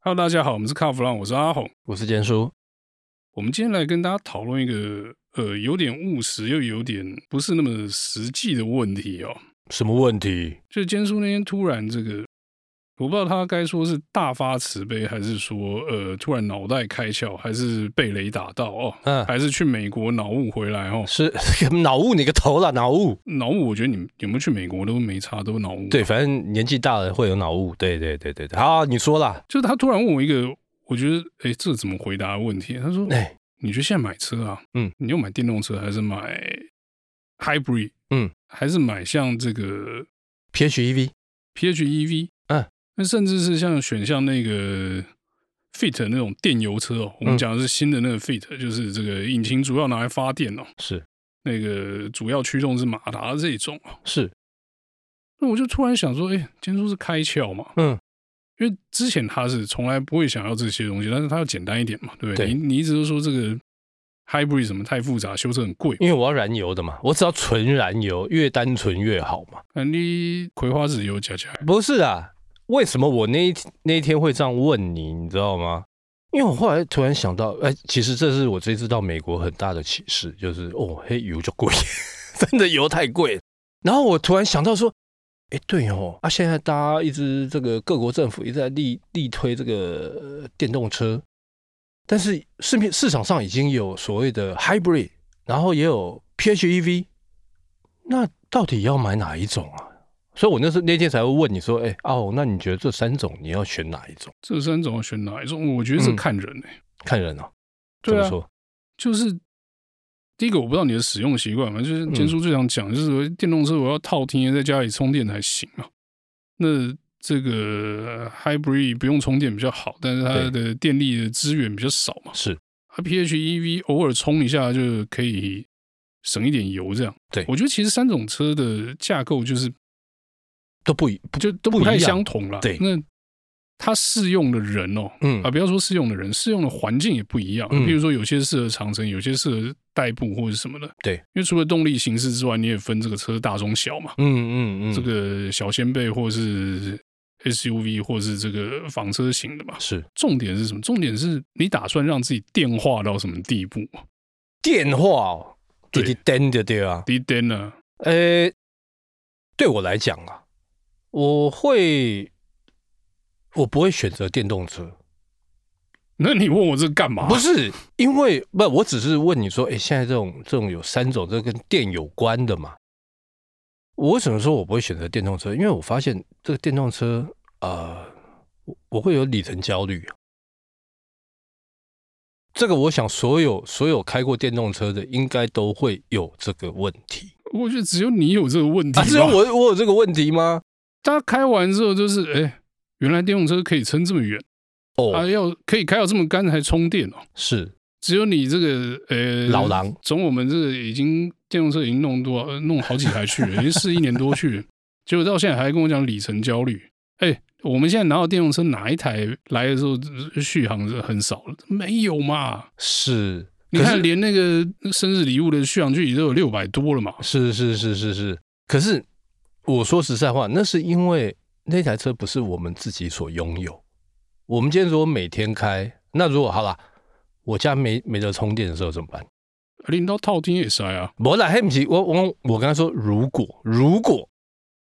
Hello，大家好，我们是卡弗朗，我是阿红。我是简叔，我们今天来跟大家讨论一个呃，有点务实又有点不是那么实际的问题哦。什么问题？就是坚叔那天突然这个，我不知道他该说是大发慈悲，还是说呃突然脑袋开窍，还是被雷打到哦，嗯还是去美国脑雾回来哦。是 脑雾你个头啦，脑雾。脑雾，我觉得你们有没有去美国都没差，都脑雾。对，，反正年纪大了会有脑雾。对对对对对。好，你说啦。就是他突然问我一个，我觉得哎这怎么回答的问题？他 说哎、你就现在买车啊，嗯，你就买电动车还是买 hybrid，嗯，还是买像这个 p h e v PHEV，嗯，那甚至是像选像那个 Fit 那种电油车哦，我们嗯讲的是新的那个 Fit，就是这个引擎主要拿来发电哦，是那个主要驱动是马达这一种哦。是，那我就突然想说，哎，今天说是开窍嘛，嗯，因为之前他是从来不会想要这些东西，但是他要简单一点嘛，对不对？对你你一直都说这个 hybrid 什么太复杂，修车很贵，因为我要燃油的嘛，我只要纯燃油，越单纯越好嘛。那你葵花籽油加起来，不是啊，为什么我那一那一天会这样问你，你知道吗？因为我后来突然想到，哎、其实这是我这次到美国很大的启示，就是哦，嘿，油就贵， 真的油太贵。然后我突然想到说，哎、对哦，啊，现在大家一直这个各国政府一直在力力推这个呃电动车，但是市面市场上已经有所谓的 hybrid，然后也有 PHEV，那到底要买哪一种啊？所以我那时候那天才会问你说，哎、哦，那你觉得这三种你要选哪一种？这三种要选哪一种？我觉得是嗯看人诶、看人啊，怎对么啊，说？就是第一个我不知道你的使用习惯嘛，就是嗯坚叔最常讲，就是说电动车我要套天在家里充电才行嘛。那这个呃 hybrid 不用充电比较好，但是它对的电力的资源比较少嘛。是它 PHEV 偶尔充一下就可以省一点油，这样。对我觉得其实三种车的架构就是都不一不就都不一太样相同了。对那它适用的人哦，嗯啊，不要说适用的人，适用的环境也不一样。嗯比如说，有些适合长城，有些适合代步或者什么的。对因为除了动力形式之外，你也分这个车大中小嘛。嗯嗯嗯，这个小掀背或是 SUV 或是这个房车型的嘛。是重点是什么？重点是你打算让自己电化到什么地步嘛？电话哦，滴对滴噔的对啊，低电呢？呃、对我来讲啊，我会我不会选择电动车，那你问我这干嘛？不是因为不，我只是问你说，哎、现在这种这种有三种，这跟电有关的嘛。我为什么说我不会选择电动车？因为我发现这个电动车，呃，我我会有里程焦虑、啊。这个我想，所有所有开过电动车的，应该都会有这个问题。我觉得只有 你有这个问题、啊，只有。我我有这个问题吗？大家开完之后就是，哎、原来电动车可以撑这么远、哦，啊，要可以开到这么干还充电哦。是只有你这个呃老狼，从我们这个已经电动车已经弄多呃弄好几台去 了，已经试一年多去了，结果到现在还跟我讲里程焦虑。哎，我们现在拿到电动车哪一台来的时候呃续航是很少了？没有嘛？是，你可是看，连那个生日礼物的续航距离都有六百多了嘛？是是是是是，可是我说实在话，那是因为那台车不是我们自己所拥有。我们今天如果每天开，那如果好啦，我家没没得充电的时候怎么办？零到套厅也塞啊，我啦，黑不起，我我我刚才说，如果如果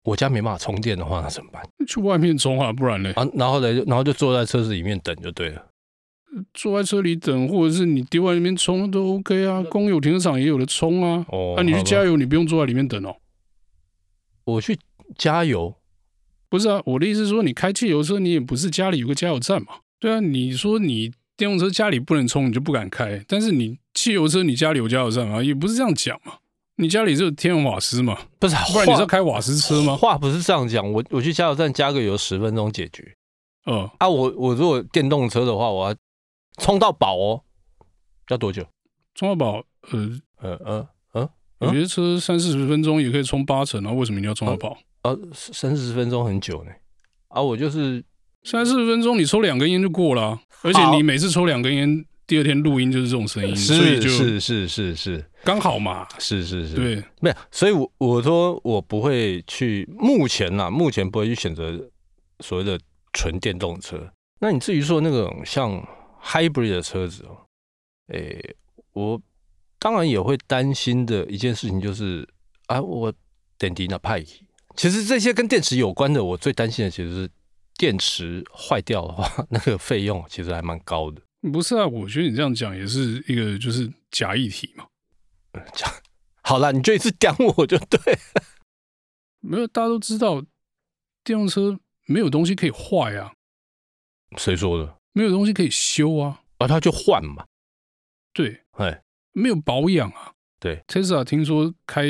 我家没办法充电的话，那怎么办？去外面充啊，不然嘞，啊，然后呢，然后就坐在车子里面等就对了。坐在车里等，或者是你丢在那边充都 OK 啊。公有停车场也有的充啊。哦啊，你去加油，油，你不用坐在里面等哦。我去加油，不是啊，我的意思是说，你开汽油车，你也不是家里有个加油站嘛？对啊，你说你电动车家里不能充，你就不敢开。但是你汽油车，你家里有加油站啊，也不是这样讲嘛。你家里只有天然瓦斯嘛，不是啊，不然你是要话开瓦斯车吗？话不是这样讲，我我去加油站加个油，十分钟解决。哦、啊，我我如果电动车的话，我要充到饱哦，要多久？充到宝，呃，呃呃呃有些车三四十分钟也可以充八成啊，为什么你要充到宝？呃，三四十分钟很久呢。啊，我就是三四十分钟你抽两根烟就过了啊、而且好你每次抽两根烟，第二天录音就是这种声音，所以就是是是是刚好嘛。是是是，，对，没有，所以我我说我不啊会去，目前啦，目前不会去选择所谓的纯电动车，那你至于说那种像 hybrid 的车子哦，诶、我当然也会担心的一件事情就是，啊，我电池哪派？其实这些跟电池有关的，我最担心的其实是电池坏掉的话，那个费用其实还蛮高的。不是啊，我觉得你这样讲也是一个就是假议题嘛。好啦，你就一直讲我就对了没有，大家都知道，电动车没有东西可以坏啊，谁说的？没有东西可以修啊，啊，他就换嘛，对，哎，没有保养啊。对，Tesla 听说开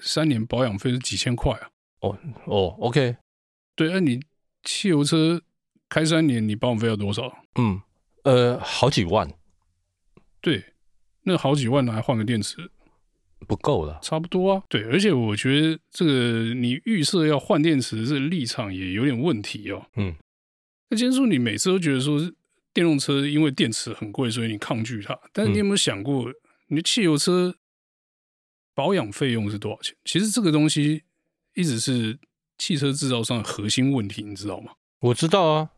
三年保养费是几千块啊。哦，OK，对，那、你汽油车开三年，你保养费要多少？嗯，呃，好几万对，那好几万拿来换个电池，不够了，差不多啊。对，而且我觉得这个你预设要换电池这立场也有点问题哦。嗯，那坚叔，你每次都觉得说电动车因为电池很贵，所以你抗拒它，但是嗯你有没有想过，你的汽油车保养费用是多少钱？其实这个东西一直是汽车制造商的核心问题，你知道吗？我知道啊，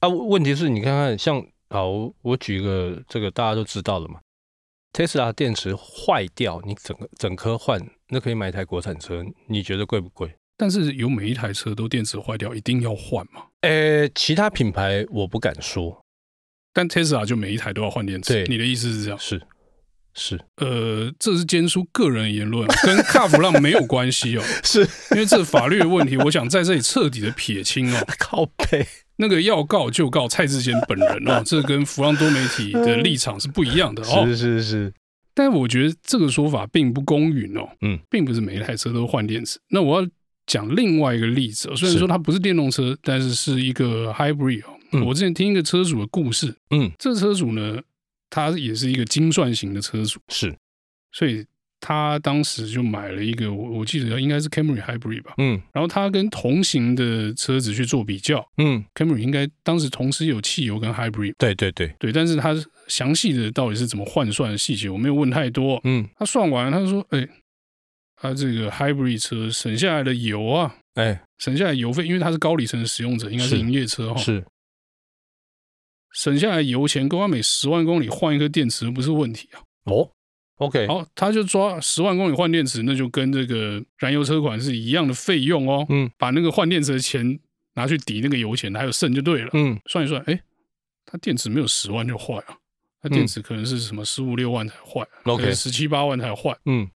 啊，问题是你看看，像好，我我举一个这个大家都知道了嘛，Tesla 电池坏掉，你整个整颗换，那可以买一台国产车，你觉得贵不贵？但是有每一台车都电池坏掉，一定要换嘛？呃，其他品牌我不敢说，但 Tesla 就每一台都要换电池对，你的意思是这样？是是呃，这是坚叔个人言论，跟卡弗浪没有关系哦，是， 因为这法律的问题，我想在这里彻底的撇清哦。靠背，那个要告就告蔡志坚本人哦，这跟弗朗多媒体的立场是不一样的哦。是是是，但我觉得这个说法并不公允哦。嗯，并不是每一台车都换电池。那我要讲另外一个例子、哦，虽然是说它不是电动车，但是是一个 hybrid 哦。嗯我之前听一个车主的故事，嗯，这车主呢，他也是一个精算型的车主，是，所以他当时就买了一个，我我记得应该是 Camry hybrid 吧。嗯然后他跟同型的车子去做比较嗯， ，Camry 应该当时同时有汽油跟 hybrid，对对对，对，但是他详细的到底是怎么换算的细节，我没有问太多。嗯，他算完，他就说：“哎、他这个 hybrid 车省下来的油啊，哎，省下来油费，因为他是高里程的使用者，应该是是营业车哈，是省下来油钱够他每十万公里换一颗电池不是问题啊。哦，OK，好，他就抓十万公里换电池，那就跟这个燃油车款是一样的费用哦。嗯，把那个换电池的钱拿去抵那个油钱，还有剩就对了。嗯算一算，哎、他电池没有十万就坏啊，他电池可能是什么十五六万才坏、嗯 OK 十七八万才坏，嗯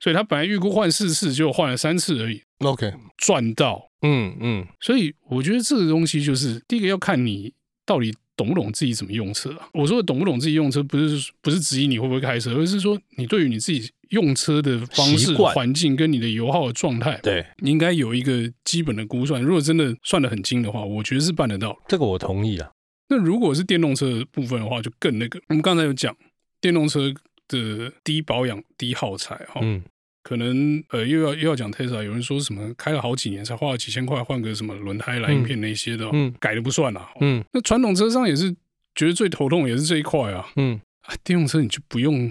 所以他本来预估换四次，结果换了三次而已。” ，OK，赚到。嗯嗯，所以我觉得这个东西就是第一个要看你到底懂不懂自己怎么用车啊。我说的懂不懂自己用车，不是不是质疑你会不会开车，而是说你对于你自己用车的方式、习惯环境跟你的油耗的状态，对，你应该有一个基本的估算。如果真的算得很精的话，我觉得是办得到。这个我同意啊，那如果是电动车的部分的话，就更那个。我们刚才有讲电动车的低保养、低耗材哈、嗯。可能呃又要又要讲 Tesla，有人说什么开了好几年才花了几千块换个什么轮胎、蓝银片那些的哦、嗯改的不算啦、嗯那传统车上也是觉得最头痛也是这一块啊，嗯啊电动车你就不用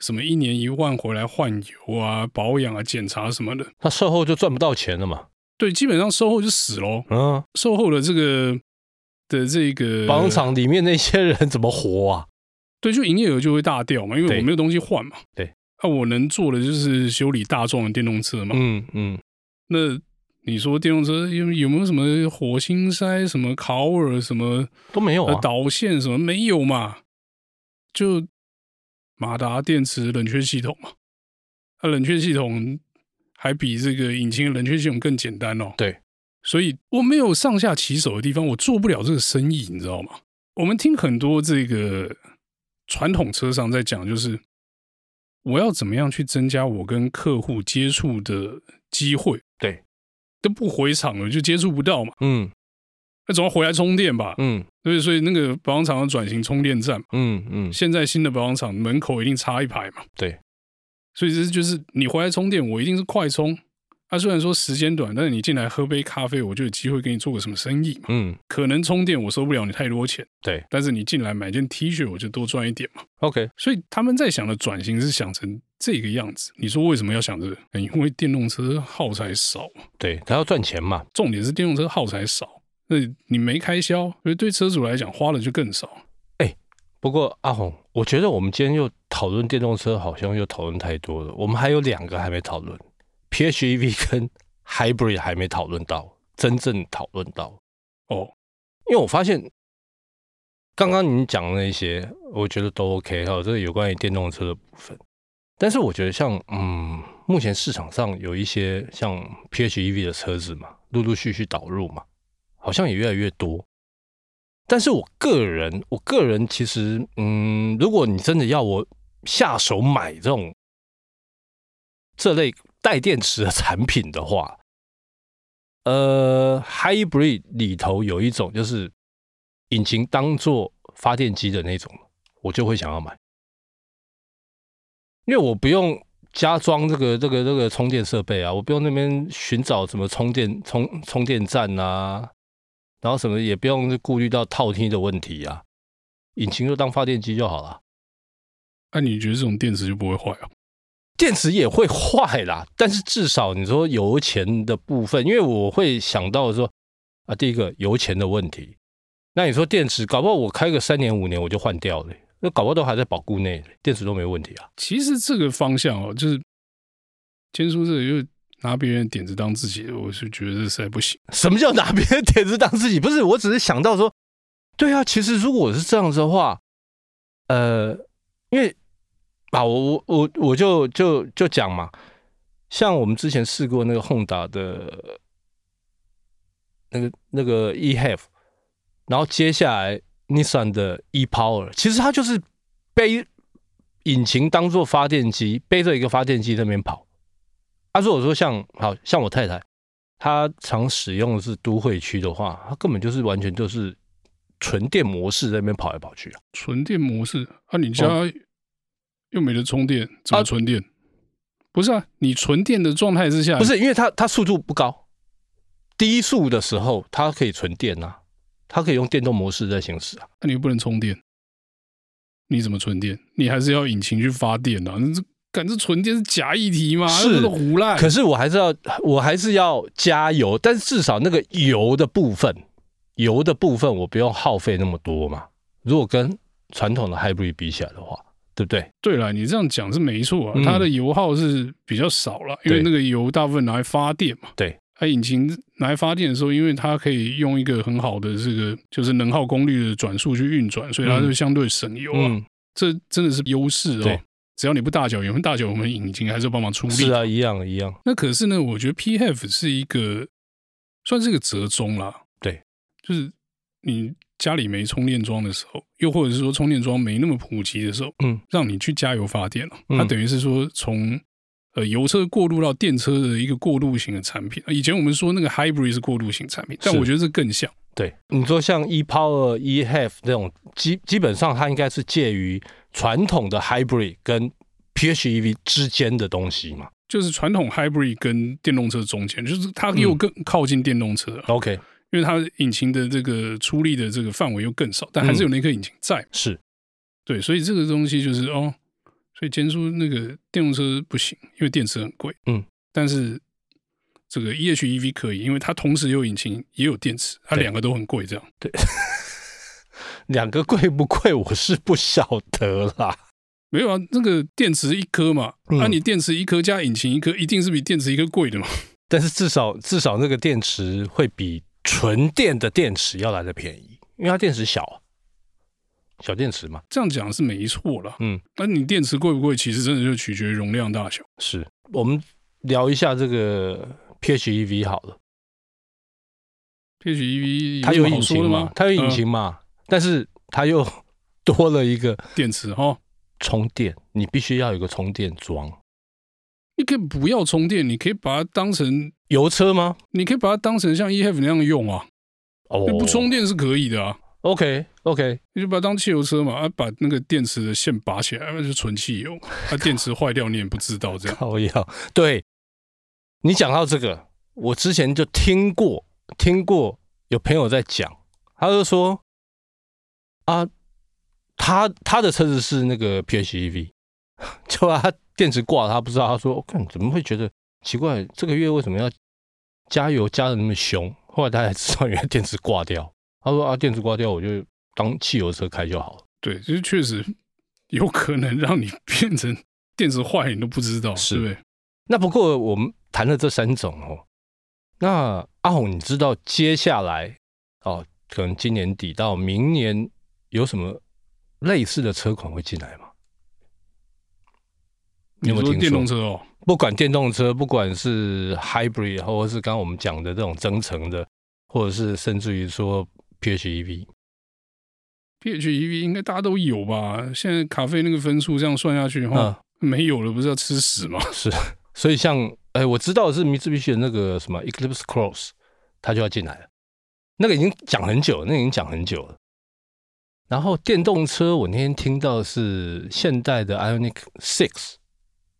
什么一年一万回来换油啊、保养啊、检查什么的，，他售后就赚不到钱了嘛。对，基本上售后就死喽，嗯，售后的这个的这个保养厂里面那些人怎么活啊？对，就营业额就会大掉嘛，因为对我没有东西换嘛，对，那、我能做的就是修理大众的电动车嘛，嗯嗯，那你说电动车有有没有什么火星塞、什么烤耳、E 什么都没有呃啊。导线什么没有嘛？就马达、电池、冷却系统嘛。那、冷却系统还比这个引擎的冷却系统更简单哦。对，所以我没有上下其手的地方，我做不了这个生意，你知道吗？我们听很多这个传统车商在讲，就是我要怎么样去增加我跟客户接触的机会。对，都不回厂了，就接触不到嘛。嗯那总要回来充电吧。嗯对，所以那个保养厂要转型充电站嘛，嗯嗯，现在新的保养厂门口一定插一排嘛。对，所以这就是你回来充电，我一定是快充。啊，虽然说时间短，但是你进来喝杯咖啡，我就有机会给你做个什么生意嘛。嗯可能充电我收不了你太多钱，对。但是你进来买件 T 恤，我就多赚一点嘛。 ，OK，所以他们在想的转型是想成这个样子。你说为什么要想这个？哎因为电动车耗材少嘛，对，他要赚钱嘛。重点是电动车耗材少，那你没开销，所以对车主来讲花的就更少。不过阿红，我觉得我们今天又讨论电动车，好像又讨论太多了。我们还有两个还没讨论，PHEV 跟 Hybrid 还没讨论到，真正讨论到。哦，因为我发现刚刚您讲的那些，我觉得都 OK 哈，这个有关于电动车的部分。但是我觉得像嗯，目前市场上有一些像 PHEV 的车子嘛，陆陆续续导入嘛，好像也越来越多。但是我个人，我个人其实嗯，如果你真的要我下手买这种这类带电池的产品的话，呃，hybrid 里头有一种就是引擎当做发电机的那种，我就会想要买，因为我不用加装这个这个这个充电设备啊，我不用那边寻找什么充电充充电站啊，然后什么也不用顾虑到套梯的问题啊，引擎就当发电机就好了。那、你觉得这种电池就不会坏哦？电池也会坏啦，但是至少你说油钱的部分，因为我会想到说啊，第一个油钱的问题。那你说电池，搞不好我开个三年五年我就换掉了，那搞不好都还在保固内，电池都没问题啊。其实这个方向哦，就是天书这个就拿别人的点子当自己的，我是觉得这实在不行。 什么叫拿别人电池当自己？不是，我只是想到说，对啊，其实如果是这样子的话，呃，因为啊，我我我我就就就讲嘛，像我们之前试过那个 Honda 的那个那个 E Have，然后接下来 Nissan 的 E Power，其实它就是背引擎当做发电机，背着一个发电机在那边跑。啊，如果说像好像我太太，它常使用的是都会区的话，它根本就是完全就是纯电模式在那边跑来跑去啊。纯电模式啊，你家又没得充电，怎么哦啊纯电？不是啊，你纯电的状态之下，不是因为它它速度不高，低速的时候它可以纯电啊，它可以用电动模式在行驶啊。那你又不能充电，你怎么存电？你还是要引擎去发电啊！那这敢这纯电是假议题吗？是那都胡乱。可是我还是要我还是要加油，但是至少那个油的部分，油的部分我不用耗费那么多嘛。如果跟传统的 hybrid 比起来的话，对不对？对了，你这样讲是没错啊，嗯它的油耗是比较少了，因为对那个油大部分拿来发电嘛。对，它引擎拿来发电的时候，因为它可以用一个很好的这个就是能耗功率的转速去运转，所以它嗯就相对省油啊。嗯，这真的是优势哦对。只要你不大脚油，因为大脚我们引擎还是要帮忙出力。是啊，一样一样。那可是呢，我觉得 PHEV 是一个算是一个折中啦。对，就是你家里没充电桩的时候，又或者是说充电桩没那么普及的时候，嗯，让你去加油发电了、嗯它等于是说从呃油车过渡到电车的一个过渡型的产品。以前我们说那个 hybrid 是过渡型产品，但是我觉得这更像。对，你说像 e power、e have 这种，基基本上它应该是介于传统的 hybrid 跟 PHEV 之间的东西嘛。就是传统 hybrid 跟电动车中间，就是它嗯又更靠近电动车了、 OK，因为它引擎的这个出力的这个范围又更少，但还是嗯有那颗引擎在。是对，所以这个东西就是哦，所以坚叔那个电动车不行，因为电池很贵。嗯，但是这个 E EHEV 可以，因为它同时有引擎也有电池，它对两个都很贵。这样两个贵不贵，我是不晓得啦。 没有啊？那个电池一颗嘛，那、嗯你电池一颗加引擎一颗，一定是比电池一颗贵的嘛？但是至少至少那个电池会比纯电的电池要来的便宜，因为它电池小啊，小电池嘛。这样讲是没错啦。嗯，那你电池贵不贵，其实真的就取决于容量大小。是我们聊一下这个 PHEV 好了， PHEV 它 E 什有么好引说擎的嘛吗？，它有引呃擎嘛，但是它又 多了一个电池哈。充电，你必须要有一个充电桩。你可以不要充电，你可以把它当成，油车吗？你可以把它当成像 EHEV 那样用啊。哦你不充电是可以的啊， ，OK OK，你就把它当汽油车嘛，啊，把那个电池的线拔起来，那、就纯汽油，啊，电池坏掉你也不知道这样。靠要对。你讲到这个，我之前就听过，听过有朋友在讲，他就说啊，他他的车子是那个 PHEV，就把他电池挂了，他不哦知道，他说，看、怎么会觉得奇怪，这个月为什么要加油加的那么凶？ 后来他才知道，原来电池挂掉。他说啊，电池挂掉，我就当汽油车开就好了。对，就是确实有可能让你变成电池坏，你都不知道，是对不对？那不过我们谈了这三种哦，那阿红，你知道接下来哦，可能今年底到明年有什么类似的车款会进来吗？你有没有你说听电动说车哦，不管电动车，不管是 hybrid，或者是刚刚我们讲的这种增程的，或者是甚至于说 E PHEV， PHEV E 应该大家都有吧？现在咖啡那个分数这样算下去的嗯话，没有了不是要吃屎吗？ 所以像哎、我知道的是 Mitsubishi 的那个什么 Eclipse Cross，它就要进来了。那个已经讲很久了，那个已经讲很久了。然后电动车，我那天听到是现代的 Ionic Six，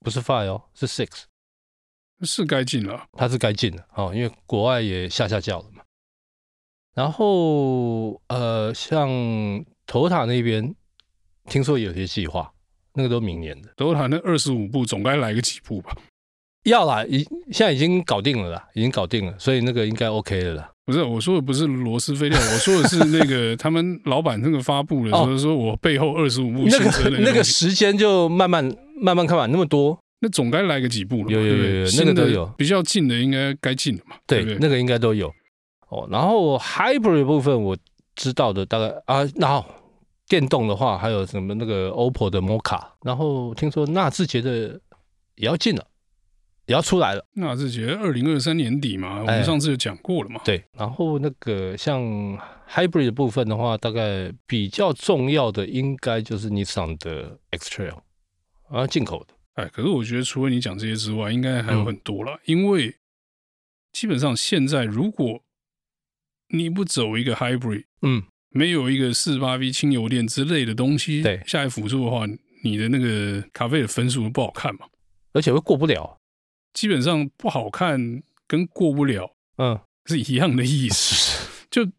不是 Five 哦，是 Six，是该进了，啊它是该进的哦，因为国外也下下叫了嘛。然后呃，像头塔那边，听说有些计划，那个都明年的。都谈那二十五步，总该来个几步吧？要啦，已现在已经搞定了啦，已经搞定了，所以那个应该 OK 了啦。不是，我说的不是螺丝废料，我说的是那 个他们老板那个发布的时候说，我背后二十五步哦那新车个的 那东个西时间就慢慢慢慢看吧，那么多，那总该来个几步了嘛，有对有不有对有新那个都的有比较近的应该该进了嘛，对，不对？那个应该都有哦。然后 hybrid 部分我知道的大概啊，然后电动的话还有什么那个 OPPO 的 Mocha，然后听说纳智捷的也要进了，也要出来了，纳智捷二零二三年底嘛，我哎们上次就讲过了嘛，对。然后那个像 hybrid 的部分的话，大概比较重要的应该就是尼桑的 X Trail 啊，进口的。哎，可是我觉得除了你讲这些之外，应该还有很多嗯啦，因为基本上现在如果你不走一个 hybrid，嗯，没有一个四八 V 轻油电之类的东西对下来辅助的话，你的那个咖啡的分数不好看嘛，而且会过不了。基本上不好看跟过不了嗯，是一样的 意思，是就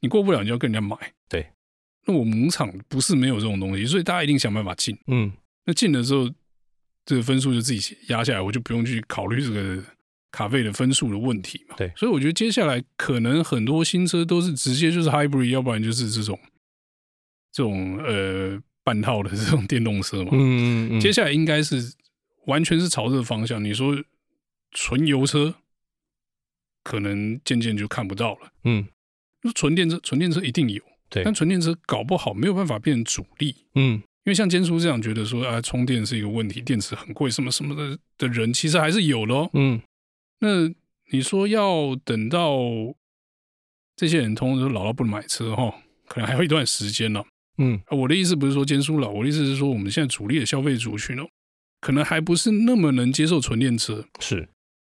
你过不了你就要跟人家买，对。那我母厂不是没有这种东西，所以大家一定想办法进。嗯，那进了之后，这个分数就自己压下来，我就不用去考虑这个卡费的分数的问题嘛。对所以我觉得接下来可能很多新车都是直接就是 hybrid，要不然就是这种这种呃半套的这种电动车嘛。嗯嗯嗯，接下来应该是完全是朝这个方向。你说纯油车，可能渐渐就看不到了。嗯那纯电车，纯电车一定有，对但纯电车搞不好没有办法变成主力。嗯因为像坚叔这样觉得说啊，充电是一个问题，电池很贵，什么什么的的人，其实还是有的哦。嗯那你说要等到这些人通通都老到不买车哈、可能还有一段时间呢、嗯啊我的意思不是说坚叔老，我的意思是说我们现在主力的消费族群哦，可能还不是那么能接受纯电车。是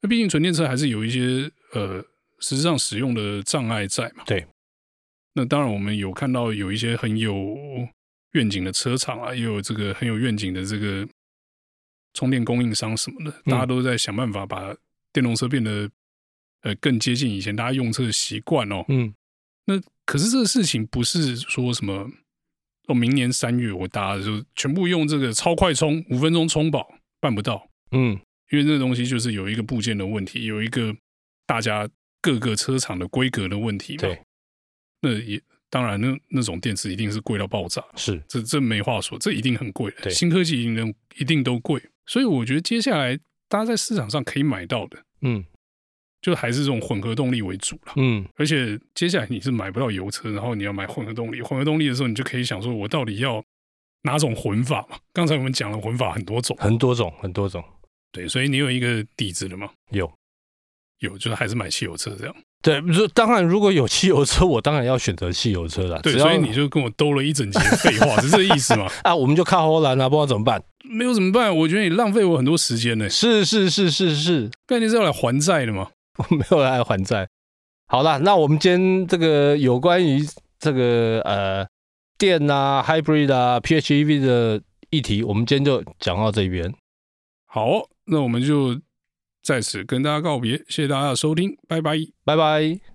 那毕竟纯电车还是有一些呃实质上使用的障碍在嘛。对。那当然，我们有看到有一些很有愿景的车厂啊，也有这个很有愿景的这个充电供应商什么的，大家都在想办法把电动车变得呃更接近以前大家用车的习惯哦。嗯那可是这个事情不是说什么哦，明年三月我大家就全部用这个超快充，五分钟充饱，办不到。嗯因为那东西就是有一个部件的问题，有一个大家各个车厂的规格的问题嘛。对，那也当然那，那种电池一定是贵到爆炸，是这这没话说，这一定很贵的。对新科技一定都一定都贵，所以我觉得接下来大家在市场上可以买到的，嗯就还是这种混合动力为主了。嗯而且接下来你是买不到油车，然后你要买混合动力。混合动力的时候，你就可以想说，我到底要哪种混法嘛？刚才我们讲了混法很多种，很多种很多种对，所以你有一个底子了嘛？有。有，就是还是买汽油车这样。对，就当然如果有汽油车，我当然要选择汽油车了。对，啊只要所以你就跟我兜了一整节废话，是这意思 吗？啊，我们就靠后栏啊，不然怎么办？没有怎么办？我觉得你浪费我很多时间呢、是是是是是，概念是要来还债的嘛？我没有来还债。好啦，那我们今天这个有关于这个呃电啊、hybrid 啊、PHEV 的议题，我们今天就讲到这边。好哦、那我们就在此跟大家告别，谢谢大家的收听，拜拜。拜拜。